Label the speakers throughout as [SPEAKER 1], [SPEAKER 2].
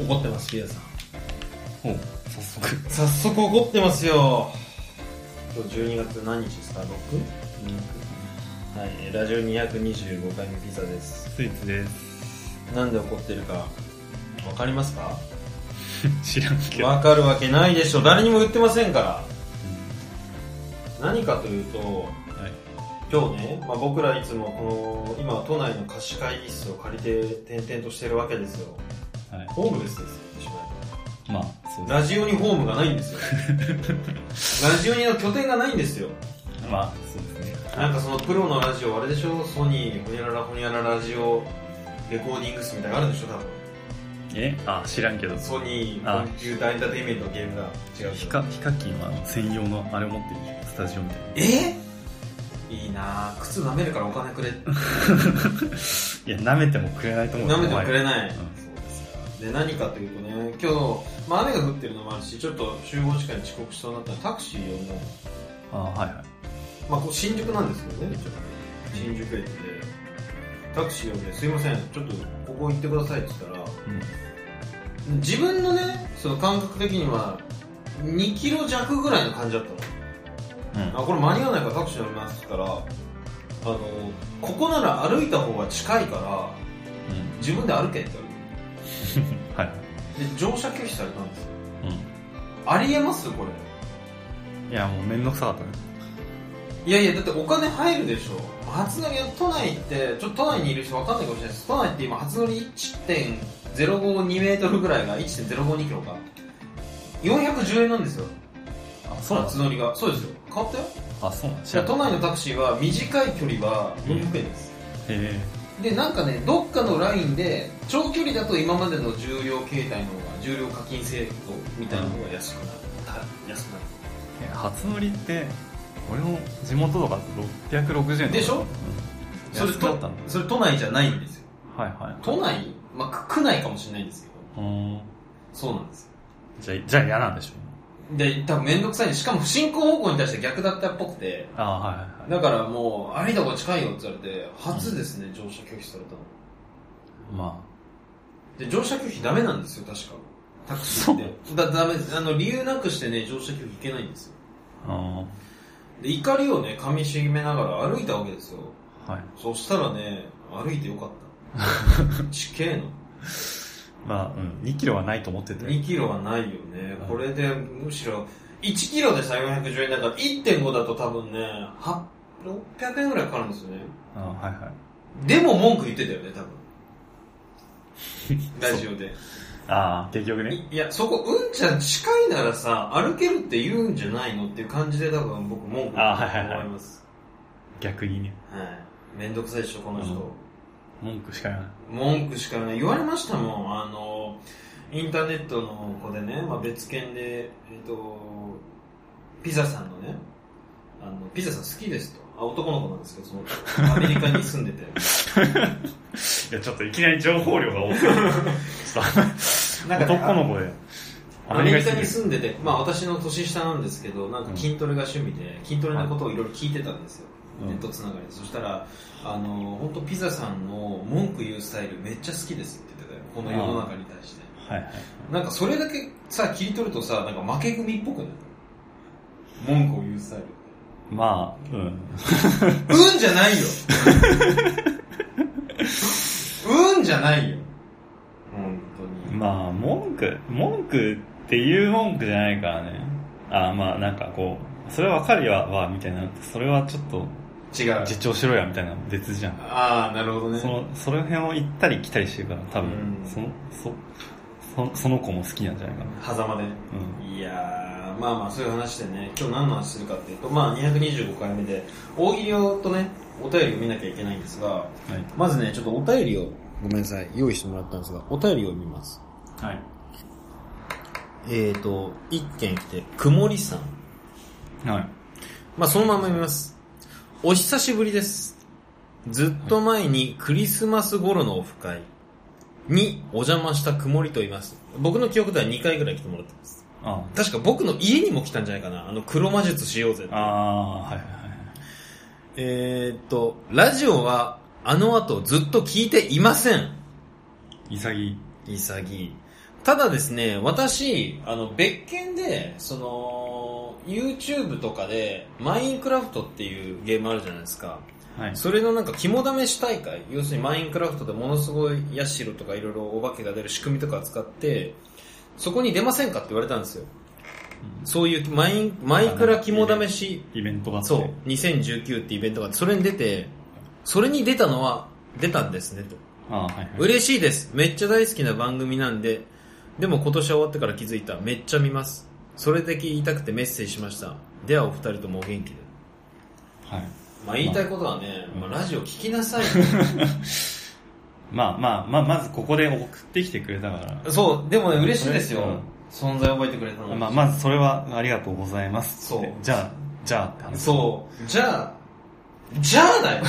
[SPEAKER 1] 怒ってます、ピエさん。
[SPEAKER 2] ほう早速
[SPEAKER 1] 早速怒ってますよ。今日12月何日ですか ?6? はい、ラジオ225回目ピザです。
[SPEAKER 2] スイーツです
[SPEAKER 1] なんで怒ってるか、わかりますか
[SPEAKER 2] 知らんけど
[SPEAKER 1] わかるわけないでしょ。誰にも言ってませんから。何かというと、
[SPEAKER 2] はい
[SPEAKER 1] 今日ね、まあ、僕らいつもこの、今都内の貸し会議室を借りて転々としてるわけですよ。
[SPEAKER 2] はい
[SPEAKER 1] ホームレスですよ、言ってしまえば
[SPEAKER 2] まあそうで
[SPEAKER 1] ラジオにホームがないんです よラジオにの拠点がないんですよ
[SPEAKER 2] すまあそうですね
[SPEAKER 1] なんかそのプロのラジオあれでしょソニーホニャララホニャララジオレコーディングスみたいなのあるでしょ多分
[SPEAKER 2] えあ知らんけど
[SPEAKER 1] ソニー
[SPEAKER 2] あ
[SPEAKER 1] コンピューターエンターテインメントのゲームだ違うでし
[SPEAKER 2] ヒ
[SPEAKER 1] ょ
[SPEAKER 2] カヒカキンは専用のあれ持ってるでしょスタジオみたい
[SPEAKER 1] えいいなあ靴舐めるからお金くれ
[SPEAKER 2] ないや舐めてもくれないと思う
[SPEAKER 1] 舐めてもくれ
[SPEAKER 2] い
[SPEAKER 1] ない、
[SPEAKER 2] うん
[SPEAKER 1] そうですかで何かというとね今日、まあ、雨が降ってるのもあるしちょっと集合時間に遅刻しそうになったらタクシー呼んだの
[SPEAKER 2] あはいはい
[SPEAKER 1] まあ、こう新宿なんですけどね、一応新宿駅で、タクシー呼んで、すいません、ちょっとここ行ってくださいって言ったら、
[SPEAKER 2] うん
[SPEAKER 1] 自分のね、その感覚的には、2キロ弱ぐらいの感じだった
[SPEAKER 2] うん
[SPEAKER 1] の。あ、これ間に合わないからタクシー呼びますって言ったら、あの、ここなら歩いた方が近いから、
[SPEAKER 2] うん
[SPEAKER 1] 自分で歩けって言わ
[SPEAKER 2] はい
[SPEAKER 1] れて。で、乗車拒否されたんですよ。
[SPEAKER 2] う
[SPEAKER 1] ありえますこれ。
[SPEAKER 2] んいやもう面倒くさかったね
[SPEAKER 1] いやいや、だってお金入るでしょ。初乗りの都内って、ちょっと都内にいる人わかんないかもしれないです。都内って今、初乗り1.052メートルぐらいが1.052キロか。410円なんですよ。
[SPEAKER 2] あそうなん
[SPEAKER 1] 初乗りが。そうですよ。変わったよ。
[SPEAKER 2] あそうなん知
[SPEAKER 1] じゃ
[SPEAKER 2] ら
[SPEAKER 1] あ
[SPEAKER 2] ん
[SPEAKER 1] 都
[SPEAKER 2] へ
[SPEAKER 1] 内のタクシーは短い距離は400円です。
[SPEAKER 2] え
[SPEAKER 1] で、なんかね、どっかのラインで、長距離だと今までの重量形態の方が、重量課金制度みたいな方が安くなる。た安くなる。
[SPEAKER 2] え初乗りって俺の地元とかだと660円とか
[SPEAKER 1] でしょ
[SPEAKER 2] うん
[SPEAKER 1] それ
[SPEAKER 2] 安くなった
[SPEAKER 1] と
[SPEAKER 2] ん、だ
[SPEAKER 1] それ都内じゃないんですよ。
[SPEAKER 2] はいはい
[SPEAKER 1] 都内、まあ、区区内かもしれないんですけど。
[SPEAKER 2] うーん
[SPEAKER 1] そうなんです
[SPEAKER 2] じゃあじゃあ嫌なんでしょ
[SPEAKER 1] よで多分面倒くさいししかも進行方向に対して逆だったっぽくて
[SPEAKER 2] ああはいはいはい
[SPEAKER 1] だからもう歩いた方が近いよって言われて初ですね、乗車拒否されたの
[SPEAKER 2] ま
[SPEAKER 1] で乗車拒否ダメなんですよ確かタクシーってだダメですあの理由なくしてね乗車拒否いけないんですよ
[SPEAKER 2] ああ
[SPEAKER 1] で怒りをね噛みしめながら歩いたわけですよ
[SPEAKER 2] あはい
[SPEAKER 1] そしたらね歩いてよかった ちけえの
[SPEAKER 2] まあうん2キロはないと思ってて
[SPEAKER 1] 2キロはないよねこれでむしろ1キロでさ410円だから1.5だと多分ねは600円ぐらいかかるんですよね
[SPEAKER 2] ああはいはい
[SPEAKER 1] でも文句言ってたよね多分ラジオで
[SPEAKER 2] ああ結局ね
[SPEAKER 1] いいやそこうんちゃん近いならさ歩けるって言うんじゃないのっていう感じで多分僕文句言ってたと思います
[SPEAKER 2] 逆にね
[SPEAKER 1] はいめんどくさいでしょこの人、
[SPEAKER 2] 文句しか言わない
[SPEAKER 1] 文句しかない言われましたもんあのインターネットの子でね、まあ、別件で、えっとピザさんのねあのピザさん好きですとあ男の子なんですけどそのアメリカに住んでて
[SPEAKER 2] いやちょっといきなり情報量が多すぎるちょっと
[SPEAKER 1] なんかね
[SPEAKER 2] 男の子で
[SPEAKER 1] アメリカ
[SPEAKER 2] 住んで
[SPEAKER 1] に
[SPEAKER 2] る
[SPEAKER 1] 住んでて、まあ、私の年下なんですけどなんか筋トレが趣味で筋トレのことをいろいろ聞いてたんですよ、
[SPEAKER 2] うん
[SPEAKER 1] ネットつながりでそしたらあの本当ピザさんの文句言うスタイルめっちゃ好きですって言ってたよこの世の中に対して
[SPEAKER 2] はいはい
[SPEAKER 1] なんかそれだけさ、切り取るとさ、なんか負け組っぽくない文句を言うスタイル。
[SPEAKER 2] まあうん
[SPEAKER 1] うんじゃないようんじゃないよ本当に。
[SPEAKER 2] まあ文句文句っていう文句じゃないからねああまあなんかこうそれわかるやわみたいなそれはちょっと
[SPEAKER 1] 違う。
[SPEAKER 2] 実調しろやみたいな別じゃん
[SPEAKER 1] ああ、なるほどね。
[SPEAKER 2] そのその辺を行ったり来たりしてるから多分、
[SPEAKER 1] うん
[SPEAKER 2] そのそそその子も好きなんじゃないかな、
[SPEAKER 1] 狭間で。いやー、まあまあそういう話でね、今日何の話するかっていうと、まあ225回目で、大喜利をとね、お便りを見なきゃいけないんですが、
[SPEAKER 2] うん、はい
[SPEAKER 1] まずね、ちょっとお便りを、ごめんなさい、用意してもらったんですが、お便りを見ます。
[SPEAKER 2] はい
[SPEAKER 1] えーと、一件来て、くもりさん。
[SPEAKER 2] はい
[SPEAKER 1] まあ、そのまま読みます。お久しぶりです。ずっと前にクリスマス頃のオフ会にお邪魔したくもりと言います。僕の記憶では2回ぐらい来てもらってます。
[SPEAKER 2] あ
[SPEAKER 1] 確か僕の家にも来たんじゃないかな。あの、黒魔術しようぜって。
[SPEAKER 2] あーはいはい
[SPEAKER 1] えーっと、ラジオはあの後ずっと聞いていません。
[SPEAKER 2] はい潔い
[SPEAKER 1] 潔い。ただですね、私、あの、別件で、その、YouTube とかで、マインクラフトっていうゲームあるじゃないですか。
[SPEAKER 2] はい。
[SPEAKER 1] それのなんか肝試し大会、要するにマインクラフトでものすごいヤシロとかいろいろお化けが出る仕組みとかを使って、そこに出ませんかって言われたんですよ。そういうマイン、マイクラ肝試し
[SPEAKER 2] イベントがあって。
[SPEAKER 1] そう、2019ってイベントがあって、それに出て、それに出たのは、出たんですね、と。
[SPEAKER 2] ああ、はい、はい。
[SPEAKER 1] 嬉しいです。めっちゃ大好きな番組なんで、でも今年は終わってから気づいた。めっちゃ見ます。それだけ言いたくてメッセージしました。ではお二人ともお元気で。
[SPEAKER 2] はい。
[SPEAKER 1] まあ言いたいことはね、
[SPEAKER 2] ま
[SPEAKER 1] ま
[SPEAKER 2] あ
[SPEAKER 1] あ、ラジオ聞きな さい。
[SPEAKER 2] まあまあ、まあ、まずここで送ってきてくれたから。
[SPEAKER 1] そう、でもね、嬉しいですよ。
[SPEAKER 2] うん
[SPEAKER 1] 存在覚えてくれたの。
[SPEAKER 2] まあ、まずそれはありがとうございます。
[SPEAKER 1] そう
[SPEAKER 2] じゃあ、じゃあって話。
[SPEAKER 1] そう。じゃあ、じゃあだ よ。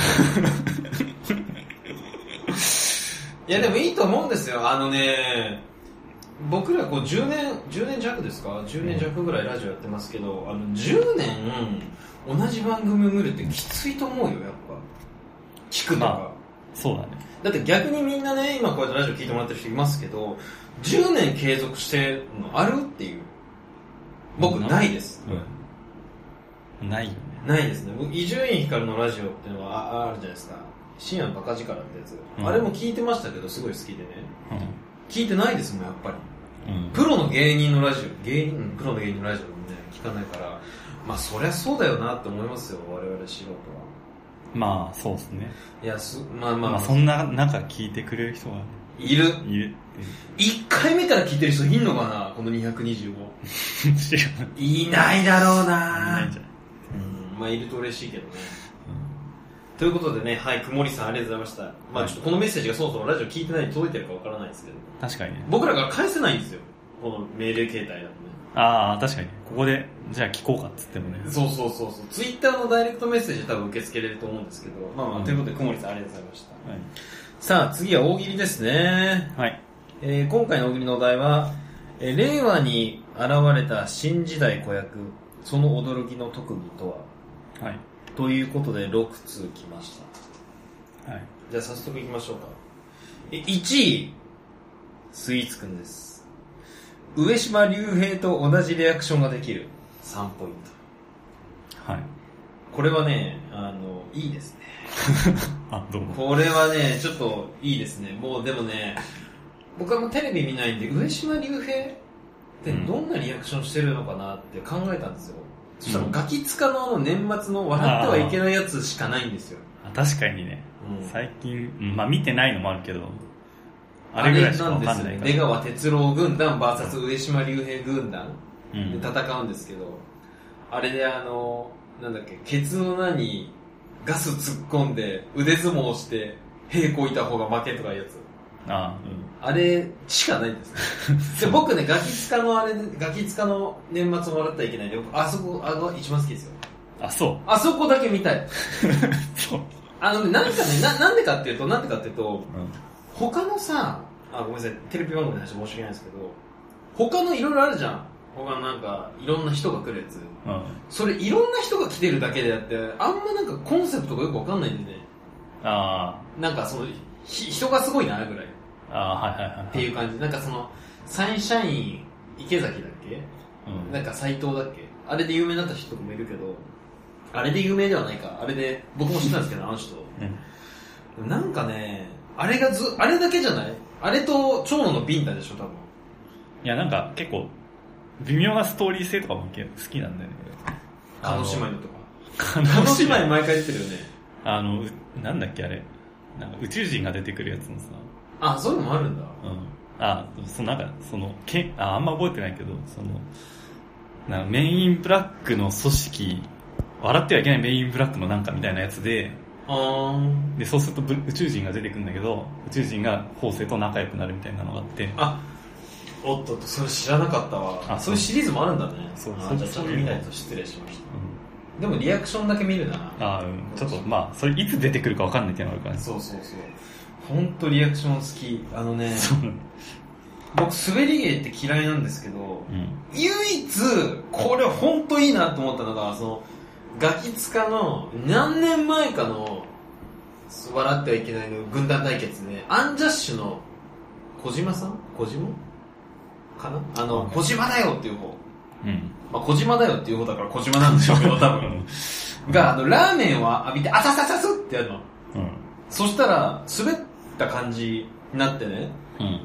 [SPEAKER 1] いや、でもいいと思うんですよ。あのね、僕らこう10年、10年弱ですか ?10 年弱ぐらいラジオやってますけど、あの、10年、同じ番組見るってきついと思うよ、やっぱ。聞くとか。
[SPEAKER 2] まそうだね。
[SPEAKER 1] だって逆にみんなね、今こうやってラジオ聞いてもらってる人いますけど、10年継続してるのあるっていう。僕、ないです。
[SPEAKER 2] うん。ないよね。
[SPEAKER 1] ないですね僕伊集院光のラジオっていうのはああるじゃないですか深夜のバカ力ってやつ、
[SPEAKER 2] うん
[SPEAKER 1] あれも聞いてましたけどすごい好きでね
[SPEAKER 2] う
[SPEAKER 1] 聞いてないですもんやっぱり
[SPEAKER 2] ん。うん。
[SPEAKER 1] プロの芸人のラジオ芸人うんプロの芸人のラジオもね聞かないからまあそりゃそうだよなって思いますよ我々素人は
[SPEAKER 2] まあ、そうですね。
[SPEAKER 1] いやすまあまあ、
[SPEAKER 2] まあ、そんな中聞いてくれる人が
[SPEAKER 1] いる
[SPEAKER 2] いる。
[SPEAKER 1] 1回目から聞いてる人いんのかなこの225
[SPEAKER 2] 知らない。
[SPEAKER 1] いないだろう
[SPEAKER 2] な
[SPEAKER 1] ない
[SPEAKER 2] んじゃない
[SPEAKER 1] うんまあいると嬉しいけどねということでね、はい、くもりさんありがとうございました。まあちょっとこのメッセージがそもそもラジオ聞いてないに届いてるかわからないですけど、
[SPEAKER 2] うん確かにね。
[SPEAKER 1] 僕らから返せないんですよ。この命令形態なんで。
[SPEAKER 2] ああ、確かに。ここで、じゃあ聞こうかっつってもね。
[SPEAKER 1] そうそうそうそう。ツイッターのダイレクトメッセージ多分受け付けれると思うんですけど、まあまあ、ということでくもりさんありがとうございました。
[SPEAKER 2] はい。
[SPEAKER 1] さあ、次は大喜利ですね。
[SPEAKER 2] はい。
[SPEAKER 1] えー今回の大喜利のお題は、えー令和に現れた新時代子役、その驚きの特技とは
[SPEAKER 2] はい。
[SPEAKER 1] ということで6通来ました。
[SPEAKER 2] はい。
[SPEAKER 1] じゃあ早速行きましょうか。え1位、スイーツくんです。上島竜兵と同じリアクションができる。3ポイント。
[SPEAKER 2] はい。
[SPEAKER 1] これはね、あの、いいですね。
[SPEAKER 2] あ、どうも。
[SPEAKER 1] これはね、ちょっといいですね。もうでもね、僕はもうテレビ見ないんで、上島竜兵ってどんなリアクションしてるのかなって考えたんですよ。そしたらもうガキツカのあの年末の笑ってはいけないやつしかないんですよ。
[SPEAKER 2] あ確かにね。
[SPEAKER 1] うん
[SPEAKER 2] 最近、うんまあ見てないのもあるけど、あ
[SPEAKER 1] あ
[SPEAKER 2] れ
[SPEAKER 1] れ
[SPEAKER 2] ぐ
[SPEAKER 1] ない
[SPEAKER 2] ら
[SPEAKER 1] ん
[SPEAKER 2] しかわ
[SPEAKER 1] で
[SPEAKER 2] かん
[SPEAKER 1] す
[SPEAKER 2] ない
[SPEAKER 1] ね。
[SPEAKER 2] から。
[SPEAKER 1] 出川哲郎軍団 VS 上島竜兵軍団
[SPEAKER 2] う
[SPEAKER 1] で
[SPEAKER 2] ん。
[SPEAKER 1] 戦うんですけど、あれであの、なんだっけ、ケツの穴にガス突っ込んで腕相撲して平行いた方が負けとかいうやつ。
[SPEAKER 2] あ
[SPEAKER 1] あれしかないんです ねで僕ね、ガキツカのあれ、ガキツカの年末もらったらいけないんで、僕あそこ、あの、一番好きですよ。
[SPEAKER 2] あ、あ、そ
[SPEAKER 1] あそこだけ見たい。
[SPEAKER 2] う。そう。
[SPEAKER 1] あのね、なんかね、な、なんでかっていうと、なんでかっていうと、
[SPEAKER 2] うん。
[SPEAKER 1] 他のさあごめんなさいテレビ番組の話申し訳ないですけど他のいろいろあるじゃん他のなんかいろんな人が来るやつ
[SPEAKER 2] うん。
[SPEAKER 1] それいろんな人が来てるだけであってあんまなんかコンセプトがよくわかんないんでね
[SPEAKER 2] あ
[SPEAKER 1] なんかそのひ人がすごいなぐらいっ
[SPEAKER 2] あ、ああ、はいはいはい。。
[SPEAKER 1] ていうう感じなんかそのサンシャイン池崎だっけ
[SPEAKER 2] うん。
[SPEAKER 1] なんか斎藤だっけあれで有名になった人とかもいるけどあれで有名ではないかあれで僕も知ったんですけどあの人
[SPEAKER 2] うん
[SPEAKER 1] なんかねあれがずあれだけじゃないあれと長野のビンタでしょ多分
[SPEAKER 2] いや、なんか結構、微妙なストーリー性とかも結構好きなんだよね。
[SPEAKER 1] あの姉妹のとか。
[SPEAKER 2] あ
[SPEAKER 1] あの姉
[SPEAKER 2] の、
[SPEAKER 1] 妹毎回出てるよね。
[SPEAKER 2] あの、うなんだっけあれ。なんか宇宙人が出てくるやつのさ、
[SPEAKER 1] あ、そういうのもあるんだ。
[SPEAKER 2] うん。あ、そのなんか、その、けあ、あんま覚えてないけど、その、なんかメインブラックの組織、笑ってはいけないメインブラックのなんかみたいなやつで、
[SPEAKER 1] あー
[SPEAKER 2] で、そうするとぶ宇宙人が出てくるんだけど、宇宙人が法星と仲良くなるみたいなのがあって、
[SPEAKER 1] あ、おっとっと、それ知らなかったわ。
[SPEAKER 2] あ
[SPEAKER 1] そういうシリーズもあるんだね。
[SPEAKER 2] そう
[SPEAKER 1] あ
[SPEAKER 2] そう
[SPEAKER 1] じゃあちょっと見ないと失礼しまし
[SPEAKER 2] うん、
[SPEAKER 1] た。でもリアクションだけ見るな。
[SPEAKER 2] あうん、ちょっとまあ、それいつ出てくるかわかんないっていうのがあるからね。
[SPEAKER 1] そうそうそう。ほんとリアクション好き。あのね、
[SPEAKER 2] そう。
[SPEAKER 1] 僕滑り芸って嫌いなんですけど、
[SPEAKER 2] うん。
[SPEAKER 1] 唯一、これほんといいなと思ったのが、その、ガキツカの何年前かの、笑ってはいけないの軍団対決で、アンジャッシュの小島さん小島かなあの
[SPEAKER 2] うん、
[SPEAKER 1] 小島だよっていう方。
[SPEAKER 2] うん。
[SPEAKER 1] まあ、小島だよっていう方だから小島なんでしょう けど、多分。が、あの、ラーメンは浴びて、あさささすってやるの。
[SPEAKER 2] うん。
[SPEAKER 1] そしたら、滑った感じになってね、
[SPEAKER 2] うん。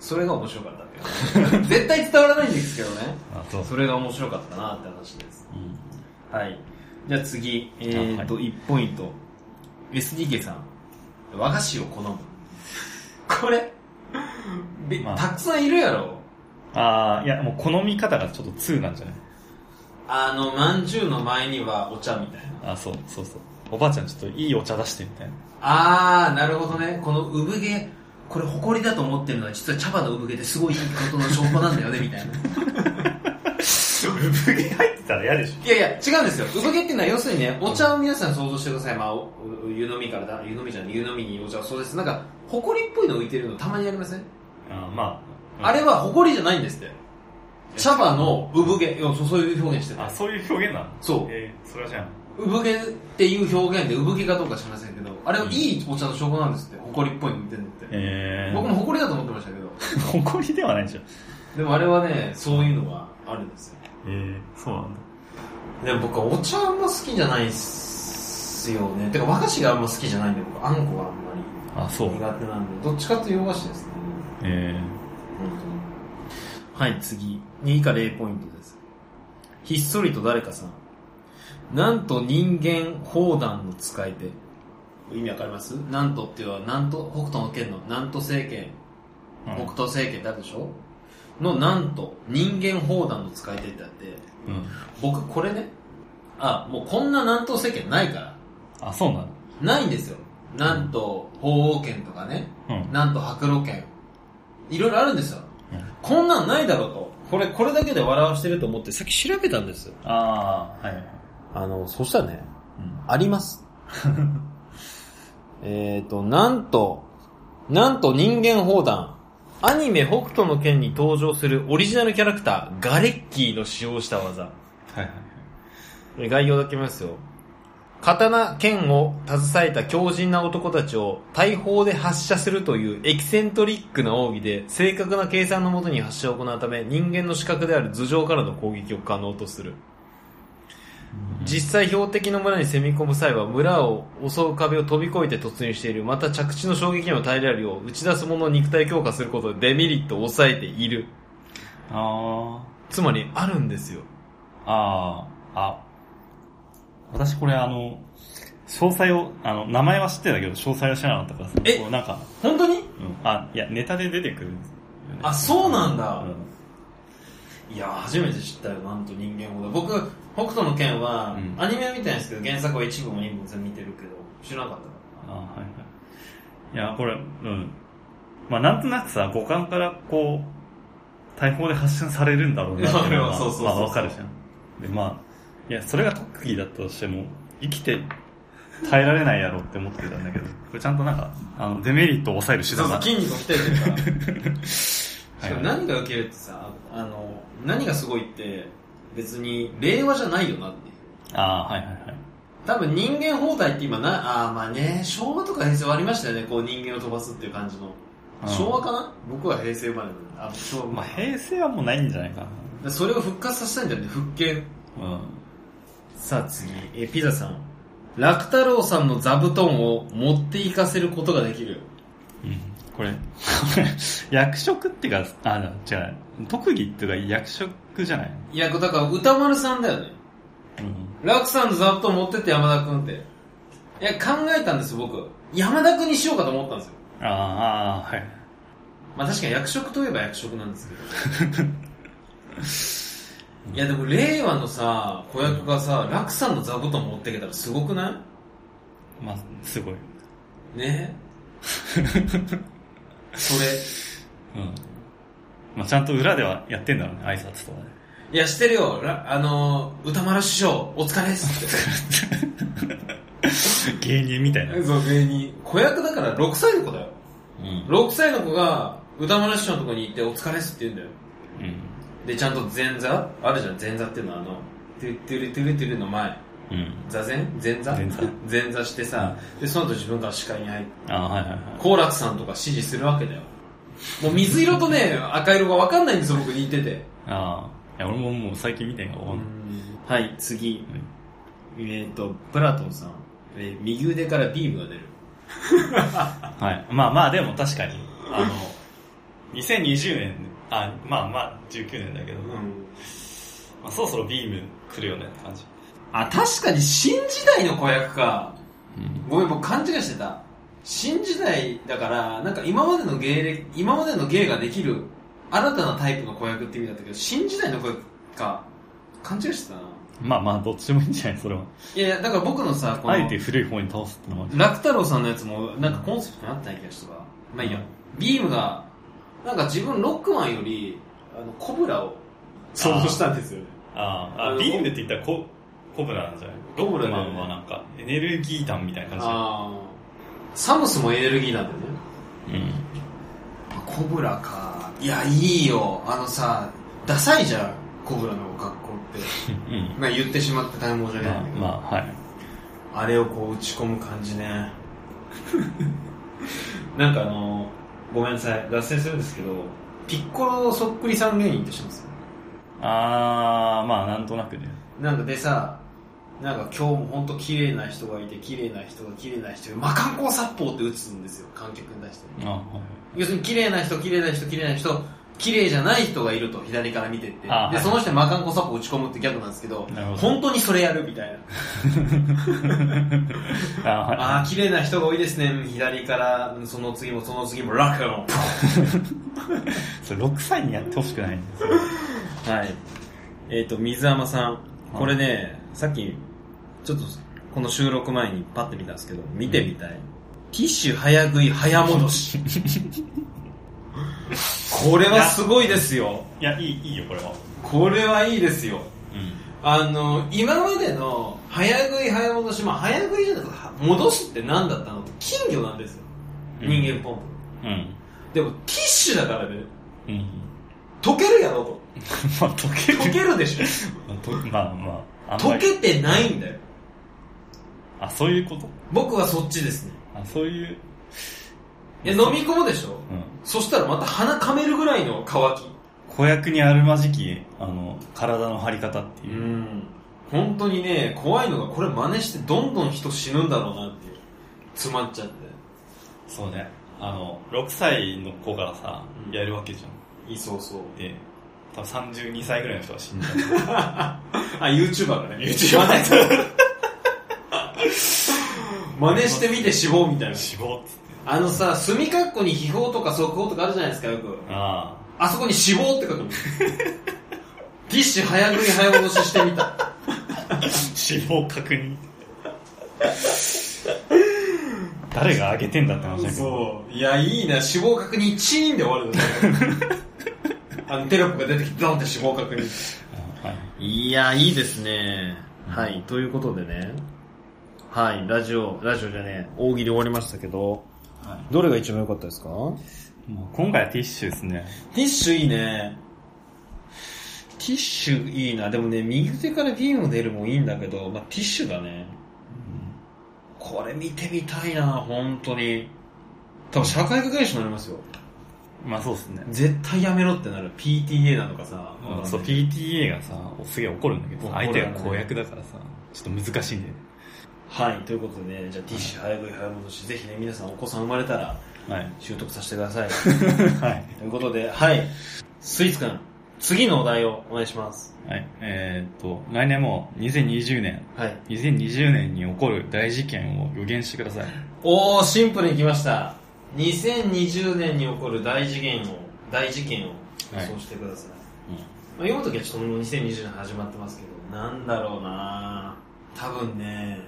[SPEAKER 1] それが面白かったって いう絶対伝わらないんですけどね。
[SPEAKER 2] あ、そう。
[SPEAKER 1] それが面白かったなって話です。
[SPEAKER 2] うん。
[SPEAKER 1] はい。じゃあ次、えー、と、1ポイント。SDK さん、和菓子を好む。 これ、べ
[SPEAKER 2] まあ
[SPEAKER 1] たくさんいるやろ。
[SPEAKER 2] ああ、いや、もう好み方がちょっと2なんじゃない
[SPEAKER 1] あの、まんじゅうの前にはお茶みたいな。
[SPEAKER 2] あそう、そうそう。おばあちゃんちょっといいお茶出してみたいな。
[SPEAKER 1] あー、なるほどね。この産毛、これ埃だと思ってるのは実は茶葉の産毛ですごいいいことの証拠なんだ よね、みたいな。
[SPEAKER 2] 産毛入ってたら嫌でし
[SPEAKER 1] いやいや、違うんですよ。産毛っていうのは要するにね、お茶を皆さん想像してください。まあ、おお湯飲みからだ、湯飲みじゃない、湯飲みにお茶をそうです。なんか、埃っぽいの浮いてるのたまにありません、
[SPEAKER 2] ょ。あーまあ。うん
[SPEAKER 1] あれは埃じゃないんですって。茶葉の産毛、いやそうそういう表現して
[SPEAKER 2] あ、
[SPEAKER 1] た。
[SPEAKER 2] そういう表現なの
[SPEAKER 1] そう
[SPEAKER 2] えー、それはじゃ
[SPEAKER 1] 産毛っていう表現で産毛かどうか知りませんけど、あれはいいお茶の証拠なんですって。埃っぽいの浮いてるのって。
[SPEAKER 2] えー、
[SPEAKER 1] 僕も埃だと思ってましたけど。
[SPEAKER 2] 誇りではないでしょ。
[SPEAKER 1] でもあれはね、そういうのがあるんですよ。
[SPEAKER 2] えー、そうなんだ。
[SPEAKER 1] でも僕はお茶あんま好きじゃないっすよね。てか和菓子があんま好きじゃないんで、僕あんこがあんまり
[SPEAKER 2] あ、そう。
[SPEAKER 1] 苦手なんで、どっちかというと洋菓子ですね。
[SPEAKER 2] え
[SPEAKER 1] 本当に。はい、次。2以下0ポイントです。ひっそりと誰かさん。なんと人間砲弾の使い手。意味わかりますなんとっていうのは、なんと、北斗の剣の、なんと政権
[SPEAKER 2] ー、
[SPEAKER 1] 北斗政権ってあるでしょの、なんと、人間砲弾の使い手ってあって、
[SPEAKER 2] うん。うん。
[SPEAKER 1] 僕これね、あ、もうこんな南東政権ないから、
[SPEAKER 2] あ、そうなの
[SPEAKER 1] ないんですよ。なんと、法王権とかね、
[SPEAKER 2] うん。
[SPEAKER 1] なんと白露権。いろいろあるんですよ。
[SPEAKER 2] うん
[SPEAKER 1] こんなんないだろうと。これ、これだけで笑わしてると思って、さっき調べたんですよ。
[SPEAKER 2] ああ、はい。
[SPEAKER 1] あの、そしたらね、
[SPEAKER 2] うん。
[SPEAKER 1] あり ます。えっと、なんと、なんと人間砲弾。アニメ北斗の剣に登場するオリジナルキャラクター、ガレッキーの使用した技。
[SPEAKER 2] はいはい。
[SPEAKER 1] 概要だけ見ますよ。刀、剣を携えた強靭な男たちを大砲で発射するというエキセントリックな奥義で正確な計算のもとに発射を行うため人間の視覚である頭上からの攻撃を可能とする。実際標的の村に攻め込む際は村を襲う壁を飛び越えて突入している。また着地の衝撃にも耐えられるよう打ち出す者の肉体強化することでデメリットを抑えている。
[SPEAKER 2] あ
[SPEAKER 1] つまりあるんですよ。
[SPEAKER 2] あ、ああ、あ。私これあの、詳細を、あの、名前は知ってたけど、詳細は知らなかったからさ。
[SPEAKER 1] え
[SPEAKER 2] こうなんか、
[SPEAKER 1] 本当に
[SPEAKER 2] うん。あ、いや、ネタで出てくるんですよね
[SPEAKER 1] あそうなんだ
[SPEAKER 2] うん。
[SPEAKER 1] いやー初めて知ったよなんと人間ほど僕北斗の剣は、
[SPEAKER 2] うん
[SPEAKER 1] アニメみたいですけど原作は一部も二部も全部見てるけど知らなかった
[SPEAKER 2] あはいはい。いや、これ、うん。まあ、なんとなくさ、五感からこう、大砲で発信されるんだろうなっていうの が、
[SPEAKER 1] そうそうそうそう
[SPEAKER 2] まあ、わかるじゃん。で、まあ、いや、それが特技だったとしても、生きて耐えられないやろって思ってたんだけど、これちゃんとなんか、あの、デメリットを抑える手段が。
[SPEAKER 1] 筋肉を鍛えてるから しかも
[SPEAKER 2] はい
[SPEAKER 1] 何が受けるってさあの何がすごいって別に令和じゃないよなっていう
[SPEAKER 2] ああ、はいはいはい。
[SPEAKER 1] 多分人間放題って今なあーまあね昭和とか平成はありましたよねこう人間を飛ばすっていう感じの
[SPEAKER 2] うん
[SPEAKER 1] 昭和かな僕は平成生まれなんであ昭和
[SPEAKER 2] まあ、平成はもうないんじゃないか
[SPEAKER 1] それを復活させたいんじゃなくて復権
[SPEAKER 2] な。うん。
[SPEAKER 1] さあ次、えーピザさん。楽太郎さんの座布団を持っていかせることができる。
[SPEAKER 2] うんこれ、 役職っていうか、あ、違う、特技っていうか役職じゃない、
[SPEAKER 1] いや、だから歌丸さんだよね。
[SPEAKER 2] うん、
[SPEAKER 1] 楽さんの座布団持ってって山田くんって。いや、考えたんです僕。山田くんにしようかと思ったんですよ。
[SPEAKER 2] ああ、はい。
[SPEAKER 1] まあ確かに役職といえば役職なんですけど。いやでも令和のさ、子役がさ、楽さんの座布団持ってけたらすごくな
[SPEAKER 2] まあ、すごい。
[SPEAKER 1] いねそれ。
[SPEAKER 2] うん。まあ、ちゃんと裏ではやってんだろうね、挨拶とかね。
[SPEAKER 1] いや、してるよ。らあのー、歌丸師匠、お疲れっすって。
[SPEAKER 2] 芸人みたい な。
[SPEAKER 1] そう、芸人。子役だから6歳の子だよ。
[SPEAKER 2] うん。
[SPEAKER 1] 6歳の子が、歌丸師匠のとこに行って、お疲れっすって言うんだよ。
[SPEAKER 2] うん。
[SPEAKER 1] で、ちゃんと前座あるじゃん、前座っていうのはあの、トゥルトゥルトゥルトゥルの前。
[SPEAKER 2] うん。
[SPEAKER 1] 座前前座
[SPEAKER 2] 前座
[SPEAKER 1] 前座してさ、で、その後自分から司会に入って、
[SPEAKER 2] ああ、はいはいはい。
[SPEAKER 1] 好楽さんとか指示するわけだよ。もう水色とね、赤色が分かんないんですよ、僕似てて。
[SPEAKER 2] ああ。いや、俺ももう最近見てんが、わかんない
[SPEAKER 3] はい、次。えっ、と、プラトンさん。えー右腕からビームが出る。
[SPEAKER 2] はい。まあまあ、でも確かに、あの、2020年、あ、まあまあ、19年だけど、まあ、そろそろビーム来るよねって感じ。
[SPEAKER 1] あ、確かに新時代の子役か。ごめん、僕勘違いしてた。新時代だから、なんか今までの芸歴、今までの芸ができる新たなタイプの子役って意味だったけど、新時代の子役か。勘違いしてたな。
[SPEAKER 2] まあまあ、どっちでもいいんじゃないそれは。
[SPEAKER 1] いやいや、だから僕のさ、こ
[SPEAKER 2] あえて
[SPEAKER 1] の、
[SPEAKER 2] 古い方に倒すってのは。
[SPEAKER 1] 楽太郎さんのやつも、なんかコンセプトになってない気がしたわ。まあいいや。ビームが、なんか自分ロックマンより、あの、コブラを想像したんですよね。
[SPEAKER 2] ああ、ビームって言ったらココブラなんじゃない
[SPEAKER 1] コブラだ
[SPEAKER 2] ロ
[SPEAKER 1] よね
[SPEAKER 2] ックマンはなんか、エネルギー弾みたいな感じだよ
[SPEAKER 1] ああ。サムスもエネルギーなんだよね。
[SPEAKER 2] うん。
[SPEAKER 1] コブラかいやいいよあのさダサいじゃんコブラの格好って
[SPEAKER 2] うん。
[SPEAKER 1] まあ言ってしまって大変申し訳
[SPEAKER 2] ま
[SPEAKER 1] ないん
[SPEAKER 2] あ
[SPEAKER 1] だけど、
[SPEAKER 2] まあ、はい。
[SPEAKER 1] あ、れをこう打ち込む感じね なんかあのごめんなさい脱線するんですけどピッコロそっくり三芸人ってします
[SPEAKER 2] ああ、まあ、なんとなくね。
[SPEAKER 1] なんかでさなんか今日も本当綺麗な人がいて綺麗な人が綺麗な人魔漢光殺法って打つんですよ観客に対して
[SPEAKER 2] あはい
[SPEAKER 1] 要するに綺麗な人綺麗な人綺麗な人綺麗じゃない人がいると左から見てってで、
[SPEAKER 2] あはい
[SPEAKER 1] その人に魔漢コサップ打ち込むってギャグなんですけど
[SPEAKER 2] なるほど
[SPEAKER 1] 本当にそれやるみたいな
[SPEAKER 2] あ はい。
[SPEAKER 1] ああ綺麗な人が多いですね左からうんその次もその次もラクロン
[SPEAKER 2] それ6歳にやってほしくないんですよ。
[SPEAKER 1] はいえっ、と水山さん
[SPEAKER 2] これ
[SPEAKER 1] ねさっきちょっとこの収録前にパッて見たんですけど見てみたい、ティッシュ早食い早戻 しこれはすごいですよ
[SPEAKER 2] いや、いい、いいよ、これは。
[SPEAKER 1] これはいいですよ
[SPEAKER 2] うん。
[SPEAKER 1] あの今までの早食い早戻し、まあ、早食いじゃなくては戻すって何だったのって金魚なんですよ
[SPEAKER 2] うん
[SPEAKER 1] 人間ポンプ、
[SPEAKER 2] うん。
[SPEAKER 1] でもティッシュだからね
[SPEAKER 2] うん。
[SPEAKER 1] 溶けるやろと
[SPEAKER 2] まあ、溶ける。
[SPEAKER 1] 溶けるでしょ
[SPEAKER 2] まあとまあま あ、あんま
[SPEAKER 1] 溶
[SPEAKER 2] り。
[SPEAKER 1] けてないんだよ
[SPEAKER 2] あ、そういうこと
[SPEAKER 1] 僕はそっちですね
[SPEAKER 2] あ、そういう。
[SPEAKER 1] いや飲み込むでしょ
[SPEAKER 2] うん。
[SPEAKER 1] そしたらまた鼻かめるぐらいの乾き
[SPEAKER 2] 子役にあるまじき、あの、体の張り方っ
[SPEAKER 1] う
[SPEAKER 2] ていう。
[SPEAKER 1] ん本当にね怖いのがこれ真似してどんどん人死ぬんだろうなっていう詰まっちゃって
[SPEAKER 2] そうね。あの、6歳の子がさ
[SPEAKER 1] う、ん
[SPEAKER 2] やるわけじゃん。
[SPEAKER 1] いそうそう
[SPEAKER 2] で、多分32歳ぐらいの人が 死んじゃう。
[SPEAKER 1] あ YouTuber がね
[SPEAKER 2] YouTuber の人
[SPEAKER 1] 真似してみて死亡みたいな
[SPEAKER 2] 死亡っつって。
[SPEAKER 1] あのさ、墨括弧に秘宝とか速報とかあるじゃないですか、よく。
[SPEAKER 2] あ
[SPEAKER 1] あそこに死亡って書く の。ティッシュ早食い早戻ししてみた。
[SPEAKER 2] あ。死亡確認。誰が上げてんだって話だけど。
[SPEAKER 1] う。いや、いいな、死亡確認チーンで終わる のねあの、テロップが出てきて、ドンって死亡確認。
[SPEAKER 2] あはい。
[SPEAKER 3] いや、いいですね。はい、ということでね。はい、ラジオ、ラジオじゃねえ、大喜利終わりましたけど、
[SPEAKER 2] は
[SPEAKER 3] どれが一番良かったですか
[SPEAKER 2] もう今回はティッシュですね。
[SPEAKER 3] ティッシュいいね。ティッシュいいな。でもね、右手からビーム出るもいいんだけど、まあ、ティッシュだね。これ見てみたいな、本当に。多分社会科現象になりますよ。
[SPEAKER 2] まあそうですね。
[SPEAKER 3] 絶対やめろってなる。PTA なのかさ。
[SPEAKER 2] まあそう、PTA がさ、すげえ怒るんだけど
[SPEAKER 3] 怒る
[SPEAKER 2] さ、相
[SPEAKER 3] よ
[SPEAKER 2] 手
[SPEAKER 3] ね
[SPEAKER 2] が公約だからさ、ちょっと難しいんだよね。
[SPEAKER 3] はい、ということでね、じゃあティッシュ早食い早戻し、ぜひね、皆さんお子さん生まれたら
[SPEAKER 2] はい。
[SPEAKER 3] 習得させてください。
[SPEAKER 2] はい。
[SPEAKER 3] ということで、はい。スイーツくん、次のお題をお願いします。
[SPEAKER 2] はい。えーっと、来年も2020年、
[SPEAKER 3] はい。
[SPEAKER 2] 2020年に起こる大事件を予言してください。
[SPEAKER 3] おー、シンプルに来ました。2020年に起こる大事件を、大事件を
[SPEAKER 2] は
[SPEAKER 3] 予
[SPEAKER 2] い
[SPEAKER 3] 想してください。まあ、読むときはちょっともう2020年始まってますけど、なんだろうな多分ね、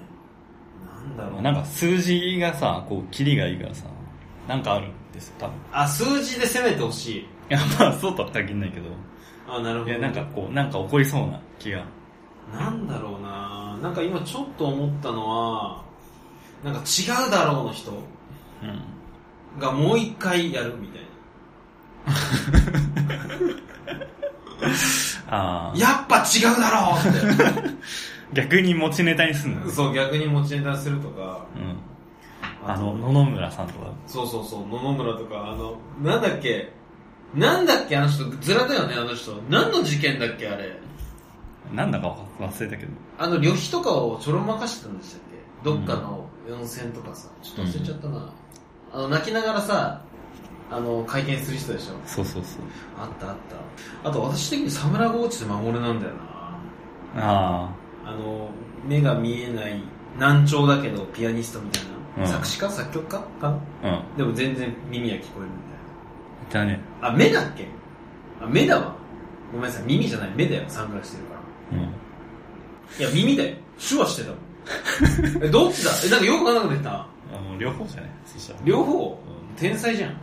[SPEAKER 3] なんだろう
[SPEAKER 2] なんか数字がさ、こう、キリがいいからさ、なんかあるんですよ、多分。
[SPEAKER 3] あ、数字で攻めてほしい。
[SPEAKER 2] いや、まあそうとは限らないけど、
[SPEAKER 3] あ、なるほ
[SPEAKER 2] い
[SPEAKER 3] ど。
[SPEAKER 2] や、なんかこう、なんか起こりそうな気が。
[SPEAKER 3] なんだろうななんか今ちょっと思ったのは、なんか違うだろうの人
[SPEAKER 2] うん。
[SPEAKER 3] がもう一回やるみたいな。
[SPEAKER 2] ああ。
[SPEAKER 3] やっぱ違うだろうって。
[SPEAKER 2] 逆に持ちネタにすんのね
[SPEAKER 3] そう、逆に持ちネタするとか、
[SPEAKER 2] うん。あの、野々村さんとか。
[SPEAKER 1] そうそうそう、野々村とか、あの、なんだっけ、なんだっけ、あの人、ずらだよね、あの人。何の事件だっけ、あれ。
[SPEAKER 2] なんだか忘れたけど。
[SPEAKER 1] あの、旅費とかをちょろまかしてたんでしたっけどっかの温泉とかさ、ちょっと忘れちゃったな。あの、泣きながらさ、あの、会見する人でしょ。
[SPEAKER 2] そうそうそう。
[SPEAKER 1] あったあった。あと、私的にサムラゴーチで守れなんだよな。
[SPEAKER 2] あ
[SPEAKER 1] あの、目が見えない、難聴だけど、ピアニストみたいな。
[SPEAKER 2] うん
[SPEAKER 1] 作詞家作曲家かな
[SPEAKER 2] あ、うん。
[SPEAKER 1] でも全然耳は聞こえるみたいな。
[SPEAKER 2] だね。
[SPEAKER 1] あ、目だっけあ、目だわ。ごめんなさい、耳じゃない、目だよ、サングラスしてるから。
[SPEAKER 2] うん。
[SPEAKER 1] いや、耳だよ。手話してたも ん。え、どっちだえ、なんかよくわかんなくなってきた。
[SPEAKER 2] あもう両方じゃないそしたら。
[SPEAKER 1] 両方
[SPEAKER 2] うん
[SPEAKER 1] 天才じゃん。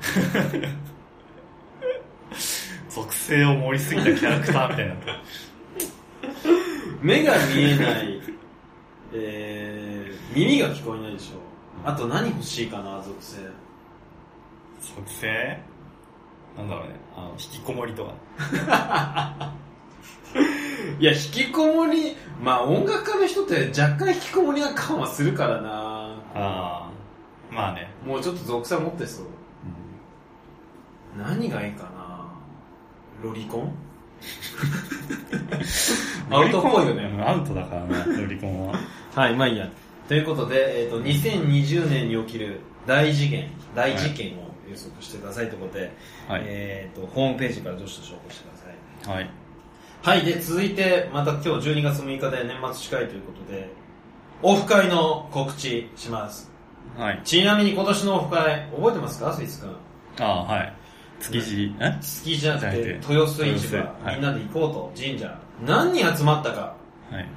[SPEAKER 2] 属性を盛りすぎたキャラクターみたいな。
[SPEAKER 1] 目が見えない、えー、耳が聞こえないでしょ。あと何欲しいかな、属性。
[SPEAKER 2] 属性なんだろうね。あの、引きこもりとか。
[SPEAKER 1] いや、引きこもり、まあ音楽家の人って若干引きこもりな感はするからな
[SPEAKER 2] ああ。まあね。
[SPEAKER 1] もうちょっと属性持ってそう。何がいいかなロリコンアウトっぽいよね。
[SPEAKER 2] うんアウトだから な、ロリコンは。
[SPEAKER 1] はい、まあいいや。ということで、えっ、と、2020年に起きる大事件、大事件を予測してくださいということで、
[SPEAKER 2] はい。
[SPEAKER 1] えっ、と、ホームページからどしどし応募してください。
[SPEAKER 2] はい。
[SPEAKER 1] はい、で、続いて、また今日12月6日で年末近いということで、オフ会の告知します。
[SPEAKER 2] はい。
[SPEAKER 1] ちなみに今年のオフ会、覚えてますかスイス君。
[SPEAKER 2] ああ、はい。築地、え
[SPEAKER 1] 月じゃなくて
[SPEAKER 2] じゃなくて
[SPEAKER 1] 豊洲市場
[SPEAKER 2] 豊洲はい
[SPEAKER 1] みんなで行こうと神社何人集まったか
[SPEAKER 2] はい。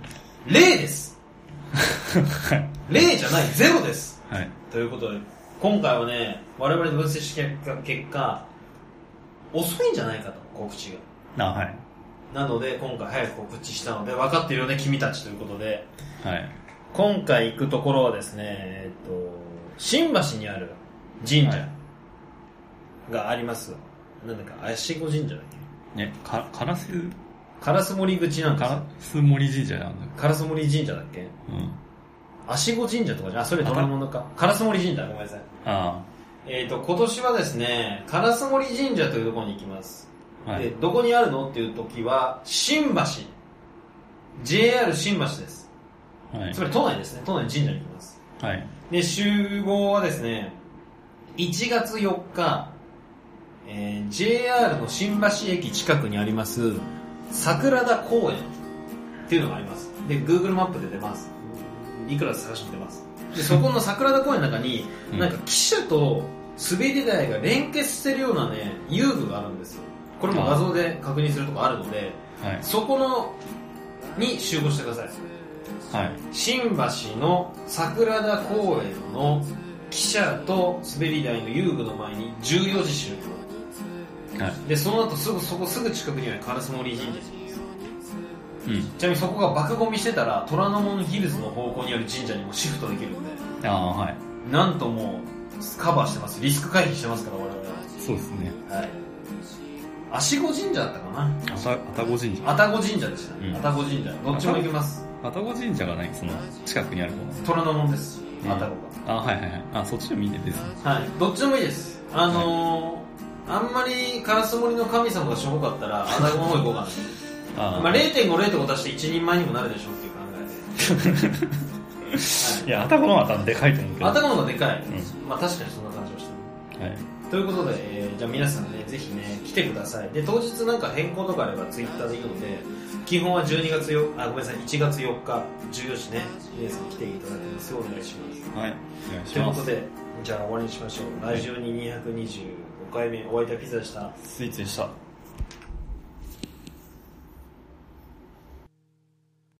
[SPEAKER 1] 0です
[SPEAKER 2] はい。
[SPEAKER 1] 0じゃないゼロです
[SPEAKER 2] はい。
[SPEAKER 1] ということで今回はね我々の分析した結果結果遅いんじゃないかと告知が
[SPEAKER 2] ああ、はい。
[SPEAKER 1] なので今回早く告知したので分かってるよね君たちということで
[SPEAKER 2] はい。
[SPEAKER 1] 今回行くところはですねえっと新橋にある神
[SPEAKER 2] は
[SPEAKER 1] 社
[SPEAKER 2] い
[SPEAKER 1] があります、なんだか足子神社だっけ
[SPEAKER 2] ね、か、カラス、
[SPEAKER 1] 烏森口なん
[SPEAKER 2] カ
[SPEAKER 1] か
[SPEAKER 2] ラス森神社なんだよ。
[SPEAKER 1] 烏森神社だっけ
[SPEAKER 2] うん。
[SPEAKER 1] 足子神社とかじゃん。あ、それドラえもんのか。烏森神社、ごめんなさい。
[SPEAKER 2] あ
[SPEAKER 1] えっ、と、今年はですね、烏森神社というところに行きます。
[SPEAKER 2] あ、はい
[SPEAKER 1] で。、どこにあるのっていう時は、新橋。JR 新橋です。
[SPEAKER 2] はい
[SPEAKER 1] つ。まり都内ですね。都内の神社に行きます。
[SPEAKER 2] はい。
[SPEAKER 1] で、集合はですね、1月4日、えー JR の新橋駅近くにあります、桜田公園っていうのがあります。で、Google マップで出ます。いくらで探しても出ます。 で、そこの桜田公園の中に、
[SPEAKER 2] うん
[SPEAKER 1] なんか汽車と滑り台が連結してるようなね、遊具があるんですよ。これも画像で確認するとこあるので、
[SPEAKER 2] はい。
[SPEAKER 1] そこの、に集合してください。
[SPEAKER 2] はい。
[SPEAKER 1] 新橋の桜田公園の汽車と滑り台の遊具の前に14時集
[SPEAKER 2] はい。
[SPEAKER 1] 合でその後すぐそこすぐ近くには烏森神社
[SPEAKER 2] うん。
[SPEAKER 1] ちなみにそこが爆ゴミしてたら虎ノ門ヒルズの方向にある神社にもシフトできるんで
[SPEAKER 2] ああ、はい。
[SPEAKER 1] なんともうカバーしてますリスク回避してますから我々は
[SPEAKER 2] そうですね。
[SPEAKER 1] はい足子神社だったかな
[SPEAKER 2] あた、あたご神社。
[SPEAKER 1] 愛宕神社でした
[SPEAKER 2] う
[SPEAKER 1] ね
[SPEAKER 2] ん
[SPEAKER 1] 愛宕神社どっちも行きます
[SPEAKER 2] あたご神社がないその、近くにある方
[SPEAKER 1] 虎ノ門です
[SPEAKER 2] うん
[SPEAKER 1] 愛宕が
[SPEAKER 2] ああ、はいはいはい。あ、そっちでもいいね、別に。
[SPEAKER 1] はい、どっちでもいいです。あのー、あんまりカラス森の神様がしょぼかったら、アナゴの方行こうか
[SPEAKER 2] あ
[SPEAKER 1] な。
[SPEAKER 2] あ。
[SPEAKER 1] まあ0.5、0.5足して一人前にもなるでしょうっていう考 えで。は
[SPEAKER 2] い
[SPEAKER 1] い。
[SPEAKER 2] や、あたこの方がでかいと思うけど。
[SPEAKER 1] 頭の方がでかい。
[SPEAKER 2] う
[SPEAKER 1] まあ確かにそんな感じはしてる。
[SPEAKER 2] はい。
[SPEAKER 1] ということで、えーじゃあ皆さんね、ぜひね、来てください。で、当日なんか変更とかあればツイッターでいいので、基本は12月よ、あ、ごめんなさい、1月4日、14時ね、皆さん来ていただきますようお願いします。
[SPEAKER 2] はい。お願い
[SPEAKER 1] と
[SPEAKER 2] し
[SPEAKER 1] いう
[SPEAKER 2] ま
[SPEAKER 1] こと
[SPEAKER 2] す。
[SPEAKER 1] で、じゃあ終わりにしましょう。来週に225回目、お相手はピザでした。
[SPEAKER 2] スイーツでした。